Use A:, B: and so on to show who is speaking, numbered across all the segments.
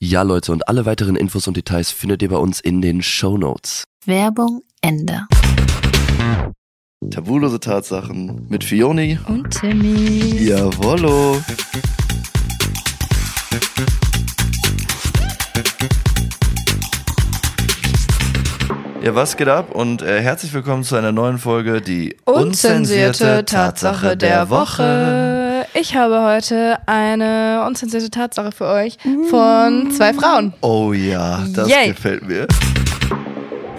A: Ja, Leute, und alle weiteren Infos und Details findet ihr bei uns in den Show Notes.
B: Werbung Ende.
A: Tabulose Tatsachen mit Fioni.
B: Und Timmy.
A: Jawollo.
C: Ja, was geht ab und äh, herzlich willkommen zu einer neuen Folge, die
D: Unzensierte Tatsache der Woche. Ich habe heute eine unzensierte Tatsache für euch von zwei Frauen.
A: Oh ja, das
D: Yay.
A: gefällt mir.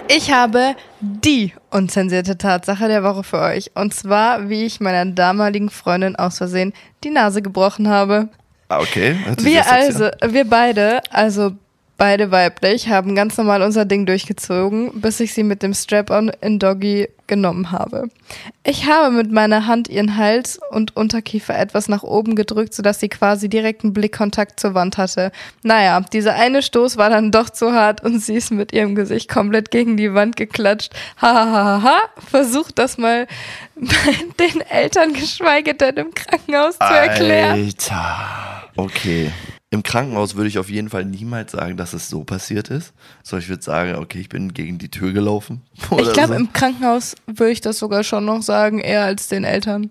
D: Ich habe die unzensierte Tatsache der Woche für euch. Und zwar, wie ich meiner damaligen Freundin aus Versehen die Nase gebrochen habe.
C: Ah, okay. Hört sich
D: Wir
C: jetzt sexy
D: also,
C: an.
D: wir beide, also beide weiblich, haben ganz normal unser Ding durchgezogen, bis ich sie mit dem Strap-on in Doggy genommen habe. Ich habe mit meiner Hand ihren Hals und Unterkiefer etwas nach oben gedrückt, sodass sie quasi direkten Blickkontakt zur Wand hatte. Naja, dieser eine Stoß war dann doch zu hart und sie ist mit ihrem Gesicht komplett gegen die Wand geklatscht. Hahaha, versucht das mal den Eltern, geschweige denn im Krankenhaus zu erklären.
C: Alter. Okay. Im Krankenhaus würde ich auf jeden Fall niemals sagen, dass es so passiert ist. So, ich würde sagen, okay, ich bin gegen die Tür gelaufen. Oder
D: Ich glaube,
C: so.
D: im Krankenhaus würde ich das sogar schon noch sagen, eher als den Eltern.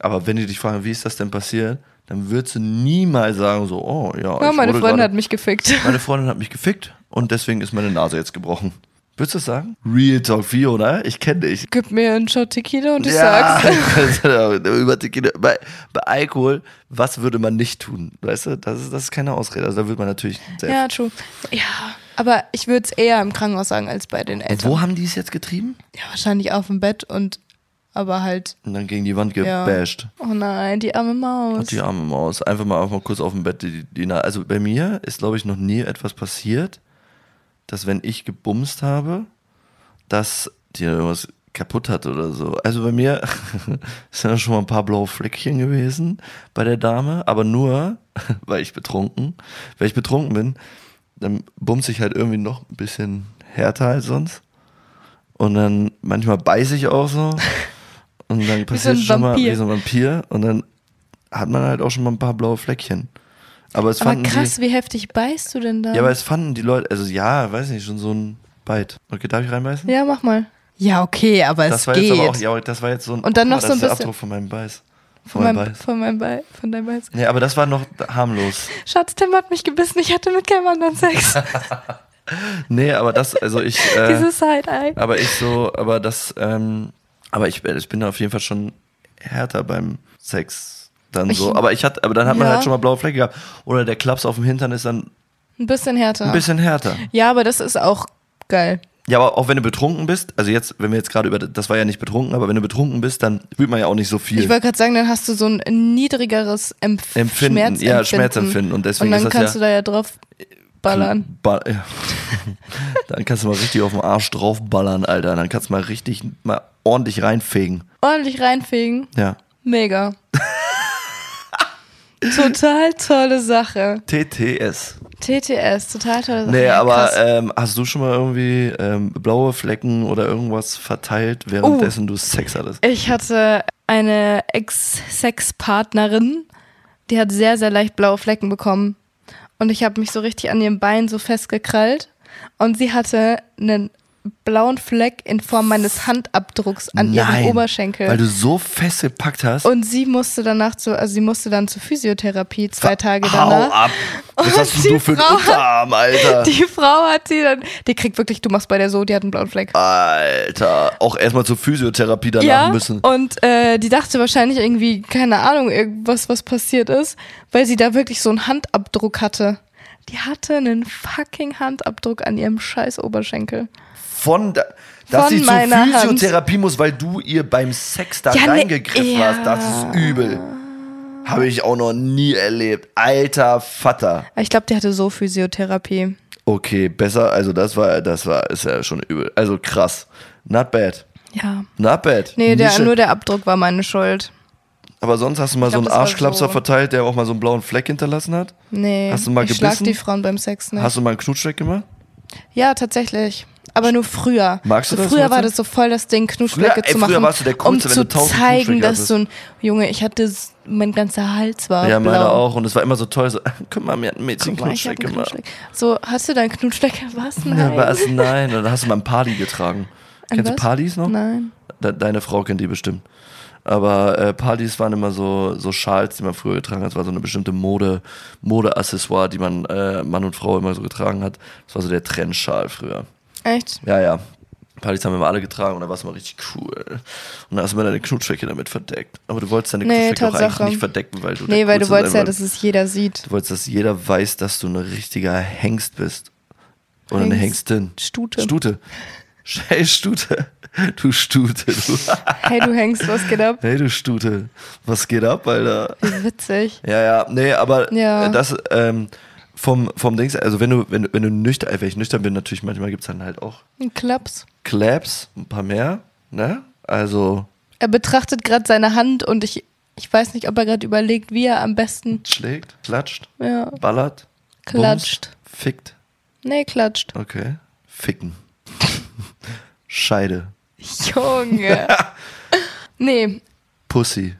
C: Aber wenn die dich fragen, wie ist das denn passiert, dann würdest du niemals sagen, so, oh ja.
D: Ja,
C: ich
D: meine
C: wurde
D: Freundin
C: gerade-
D: hat mich gefickt.
C: Meine Freundin hat mich gefickt und deswegen ist meine Nase jetzt gebrochen. Würdest du das sagen? Real Talk Fiona, ich kenne dich.
D: Gib mir einen Shot Tequila und ich
C: Ja, Also,
D: sag's.
C: über Tequila. Bei, bei Alkohol, was würde man nicht tun? Weißt du, das ist, das ist keine Ausrede. Also da würde man natürlich safe.
D: Ja, true. Ja, aber ich würde es eher im Krankenhaus sagen als bei den Eltern.
C: Wo haben die es jetzt getrieben?
D: Ja, wahrscheinlich auf dem Bett und aber halt,
C: Und dann gegen die Wand
D: Ja.
C: gebasht.
D: oh nein, die arme Maus.
C: Und die arme Maus. Einfach mal, auch mal kurz auf dem Bett. Die, die, Na- also bei mir ist, glaube ich, noch nie etwas passiert, dass wenn ich gebumst habe, dass die irgendwas kaputt hat oder so. Also bei mir sind dann schon mal ein paar blaue Fleckchen gewesen bei der Dame, aber nur, weil ich betrunken, weil ich betrunken bin, dann bumse ich halt irgendwie noch ein bisschen härter als sonst. Und dann manchmal beiße ich auch so. Und dann passiert
D: ein
C: schon mal
D: Vampir.
C: wie so ein Vampir. Und dann hat man halt auch schon mal ein paar blaue Fleckchen. Aber es
D: aber
C: fanden
D: krass,
C: die,
D: wie heftig beißt du denn da?
C: Ja, aber es fanden die Leute, also ja, weiß nicht, schon so ein Bite. Okay, darf ich reinbeißen?
D: Ja, mach mal. Ja, okay, aber
C: das
D: es
C: war
D: geht.
C: jetzt aber auch, ja, das war jetzt so ein,
D: Und dann
C: guck
D: noch
C: mal,
D: so ein
C: das ist der
D: bisschen-
C: Abdruck von meinem Beiß.
D: von, meinem, von meinem Be von deinem Beiß.
C: Nee, aber das war noch harmlos.
D: Schatz, Tim hat mich gebissen, ich hatte mit keinem anderen Sex.
C: Nee, aber das, also ich. Äh,
D: Dieses Side-Eye.
C: Aber ich so, aber das, ähm, aber ich, ich bin auf jeden Fall schon härter beim Sex dann so.
D: Ich-
C: Aber ich hatte, aber dann hat man
D: Ja.
C: halt schon mal blaue Flecke gehabt. Oder der Klaps auf dem Hintern ist dann
D: Ein bisschen härter.
C: ein bisschen härter.
D: Ja, aber das ist auch geil.
C: Ja, aber auch wenn du betrunken bist, also jetzt, wenn wir jetzt gerade über, das war ja nicht betrunken, aber wenn du betrunken bist, dann fühlt man ja auch nicht so viel.
D: Ich wollte gerade sagen, dann hast du so ein niedrigeres Empf
C: Empfinden,
D: Schmerzempfinden.
C: ja, Schmerzempfinden. Und deswegen
D: Und dann
C: ist das
D: kannst du
C: ja-
D: da ja drauf ballern.
C: Ba ja. dann kannst du mal richtig auf den Arsch draufballern, Alter. Dann kannst du mal richtig, mal ordentlich reinfegen.
D: Ordentlich reinfegen.
C: Ja.
D: Mega. total tolle Sache.
C: TTS.
D: TTS, total tolle Sache.
C: Nee,
D: Ja,
C: aber
D: krass.
C: ähm, hast du schon mal irgendwie ähm, blaue Flecken oder irgendwas verteilt, währenddessen
D: Uh.
C: du Sex hattest?
D: Ich hatte eine Ex-Sex-Partnerin, die hat sehr, sehr leicht blaue Flecken bekommen. Und ich habe mich so richtig an ihrem Bein so festgekrallt. Und sie hatte einen blauen Fleck in Form meines Handabdrucks an ihrem
C: Weil
D: Oberschenkel.
C: du so festgepackt hast.
D: Und sie musste danach zu, also sie musste dann zur Physiotherapie zwei Tage
C: Hau
D: danach.
C: ab! Was
D: Und
C: hast
D: die
C: du so für einen
D: Frau-
C: Unterarm, Alter?
D: Die Frau hat sie dann, die kriegt wirklich, du machst bei der so, die hat einen blauen Fleck.
C: Alter, auch erstmal zur Physiotherapie danach
D: ja,
C: müssen.
D: Und äh, die dachte wahrscheinlich irgendwie, keine Ahnung, irgendwas, was passiert ist, weil sie da wirklich so einen Handabdruck hatte. Die hatte einen fucking Handabdruck an ihrem scheiß Oberschenkel.
C: Von da, dass
D: Von
C: sie zur
D: meiner Hand.
C: Physiotherapie muss, weil du ihr beim Sex da
D: Ja, ne-
C: reingegriffen
D: ja.
C: hast. Das ist übel. Habe ich auch noch nie erlebt. Alter Vater.
D: Aber Ich glaube, die hatte so Physiotherapie.
C: Okay, besser, also das war, das war, ist ja schon übel. Also krass. Not bad.
D: Ja.
C: Not bad.
D: Nee, der,
C: Nische.
D: nur der Abdruck war meine Schuld.
C: Aber sonst hast du mal
D: Ich glaub,
C: so
D: das
C: einen
D: war
C: Arschklapser
D: so.
C: verteilt, der auch mal so einen blauen Fleck hinterlassen hat.
D: Nee.
C: Hast du mal
D: ich schlag
C: gebissen?
D: die Frauen beim Sex nicht.
C: Hast du mal einen Knutschleck gemacht?
D: ja, tatsächlich. Aber nur früher.
C: Magst du
D: so
C: das,
D: früher war
C: Matze?
D: das so voll das Ding, Knutschflecke
C: Früher- ey,
D: zu
C: früher
D: machen.
C: warst du der
D: um
C: Coolste, wenn
D: zu
C: du tausend
D: zeigen,
C: Knutschflecke
D: dass
C: hattest.
D: so ein Junge, ich hatte, s- mein ganzer Hals war
C: ja,
D: blau.
C: meine auch. Und es war immer so toll. So, guck mal, mir hat ein Mädchen
D: Guck mal, ich
C: Knutschleck
D: hab einen
C: gemacht.
D: Knutschfleck. So, hast du deinen Knutschleck? Was? Nein.
C: Ja, was? Nein. Und dann hast du mal ein Party getragen.
D: Ein
C: Kennst du
D: was?
C: Partys noch?
D: Nein.
C: De Deine Frau kennt die bestimmt. Aber äh, Partys waren immer so, so Schals, die man früher getragen hat. Das war so eine bestimmte Mode, Mode-Accessoire, die man äh, Mann und Frau immer so getragen hat. Das war so der Trendschal früher.
D: Echt?
C: Ja, ja. Partys haben wir immer alle getragen und da war es immer richtig cool. Und da hast du immer deine Knutschfläche damit verdeckt. Aber du wolltest deine
D: Nee,
C: Knutschfläche auch
D: Tatsache.
C: eigentlich nicht verdecken, weil du der
D: Nee, weil du
C: Coolste
D: wolltest
C: sein
D: ja, dass es jeder sieht.
C: Du wolltest, dass jeder weiß, dass du ein richtiger Hengst bist. Oder eine
D: Hengst.
C: Hengstin.
D: Stute.
C: Stute. Hey, Stute. Du Stute. Du.
D: Hey, du hängst, was geht ab?
C: Hey, du Stute. Was geht ab, Alter?
D: Wie witzig.
C: Ja, ja, nee, aber
D: Ja.
C: äh, das ähm, vom, vom Dings, also wenn du, wenn, du- wenn du nüchtern, äh, wenn ich nüchtern bin, natürlich manchmal gibt es dann halt auch
D: Ein Klaps.
C: Claps, ein paar mehr, ne? Also
D: Er betrachtet gerade seine Hand und ich, ich weiß nicht, ob er gerade überlegt, wie er am besten
C: schlägt, klatscht,
D: ja,
C: ballert,
D: klatscht.
C: bumst, fickt,
D: Nee, klatscht.
C: okay, ficken. Scheide,
D: Junge. nee,
C: Pussy.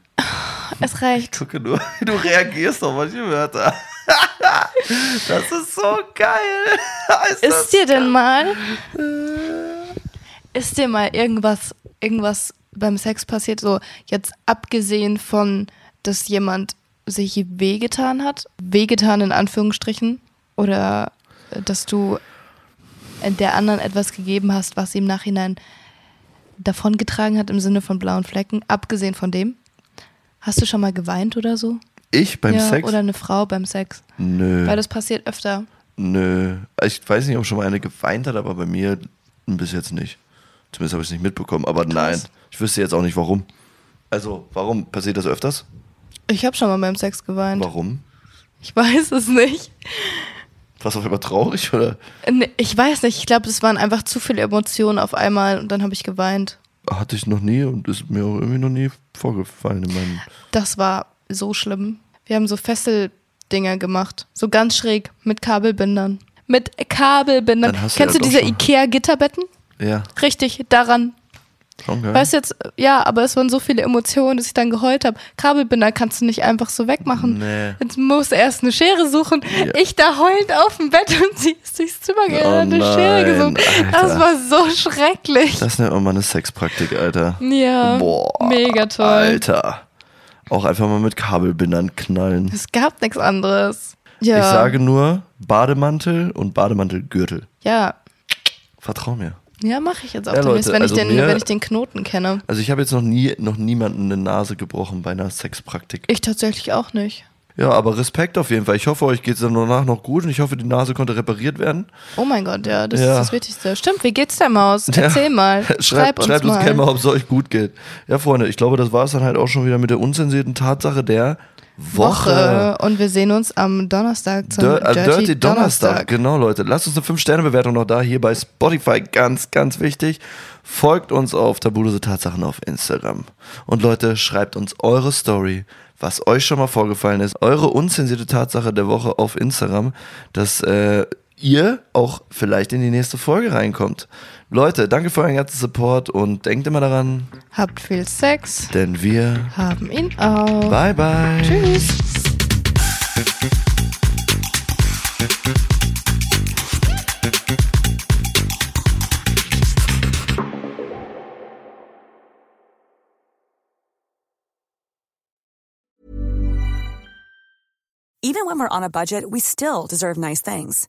D: es reicht.
C: Gucke nur, wie du reagierst auf manche Wörter. Das ist so geil. Ist das-
D: Ist dir denn mal. Ist dir mal irgendwas, irgendwas beim Sex passiert? So, jetzt abgesehen von, dass jemand sich wehgetan hat? Wehgetan in Anführungsstrichen? Oder äh, dass du der anderen etwas gegeben hast, was sie im Nachhinein davongetragen hat im Sinne von blauen Flecken? Abgesehen von dem? Hast du schon mal geweint oder so?
C: ich beim
D: ja,
C: Sex?
D: Oder eine Frau beim Sex?
C: Nö.
D: Weil das passiert öfter.
C: Nö. Ich weiß nicht, ob schon mal eine geweint hat, aber bei mir bis jetzt nicht. Zumindest habe ich es nicht mitbekommen, aber nein. Ich wüsste jetzt auch nicht warum. Also, warum passiert das öfters?
D: Ich habe schon mal beim Sex geweint.
C: Warum?
D: Ich weiß es nicht.
C: Warst du auf einmal traurig oder?
D: Nee, Ich weiß nicht. Ich glaube, es waren einfach zu viele Emotionen auf einmal und dann habe ich geweint.
C: Hatte ich noch nie und ist mir auch irgendwie noch nie vorgefallen in meinem.
D: Das war so schlimm. Wir haben so Fesseldinger gemacht. So ganz schräg mit Kabelbindern. Mit Kabelbindern.
C: Dann hast du
D: Kennst
C: ja
D: du
C: doch
D: diese
C: schon-
D: IKEA-Gitterbetten?
C: Ja,
D: Richtig, daran.
C: okay.
D: Weißt du jetzt, ja, aber es waren so viele Emotionen, dass ich dann geheult habe. Kabelbinder kannst du nicht einfach so wegmachen.
C: Nee.
D: Jetzt muss erst eine Schere suchen.
C: Ja.
D: Ich da heulend auf dem Bett und sie ist durchs Zimmer gerannt,
C: Oh
D: eine Schere
C: nein,
D: gesucht. Das
C: Alter.
D: war so schrecklich.
C: Das nennt man mal eine Sexpraktik, Alter.
D: Ja,
C: Boah.
D: mega toll.
C: Alter. Auch einfach mal mit Kabelbindern knallen.
D: Es gab nichts anderes. Ja.
C: Ich sage nur Bademantel und Bademantelgürtel.
D: ja.
C: Vertrau mir.
D: Ja, mache ich jetzt auch
C: Ja, Leute,
D: demnächst, wenn,
C: also
D: ich den,
C: mir-
D: wenn ich den Knoten kenne.
C: Also ich habe jetzt noch nie noch niemanden eine Nase gebrochen bei einer Sexpraktik.
D: Ich tatsächlich auch nicht.
C: Ja, aber Respekt auf jeden Fall. Ich hoffe, euch geht es dann danach noch gut und ich hoffe, die Nase konnte repariert werden.
D: Oh mein Gott, ja, das
C: Ja.
D: ist das Wichtigste. Stimmt, wie geht's der Maus? Erzähl mal. Schreib,
C: Schreibt,
D: uns
C: schreibt uns,
D: mal.
C: gerne mal, ob es euch gut geht. Ja, Freunde, ich glaube, das war es dann halt auch schon wieder mit der unzensierten Tatsache der Woche.
D: Woche. Und wir sehen uns am Donnerstag zum
C: Dir-
D: Dirty,
C: äh,
D: Dirty
C: Donnerstag.
D: Donnerstag.
C: Genau, Leute. Lasst uns eine 5-Sterne-Bewertung noch da hier bei Spotify. Ganz, ganz wichtig. Folgt uns auf Tabulose Tatsachen auf Instagram. Und Leute, schreibt uns eure Story, was euch schon mal vorgefallen ist. Eure unzensierte Tatsache der Woche auf Instagram, dass äh, ihr auch vielleicht in die nächste Folge reinkommt. Leute, danke für euren ganzen Support und denkt immer daran,
D: Habt viel Sex,
C: denn wir.
D: haben ihn auch.
C: Bye, bye.
D: Tschüss.
E: Even when we're on a budget, we still deserve nice things.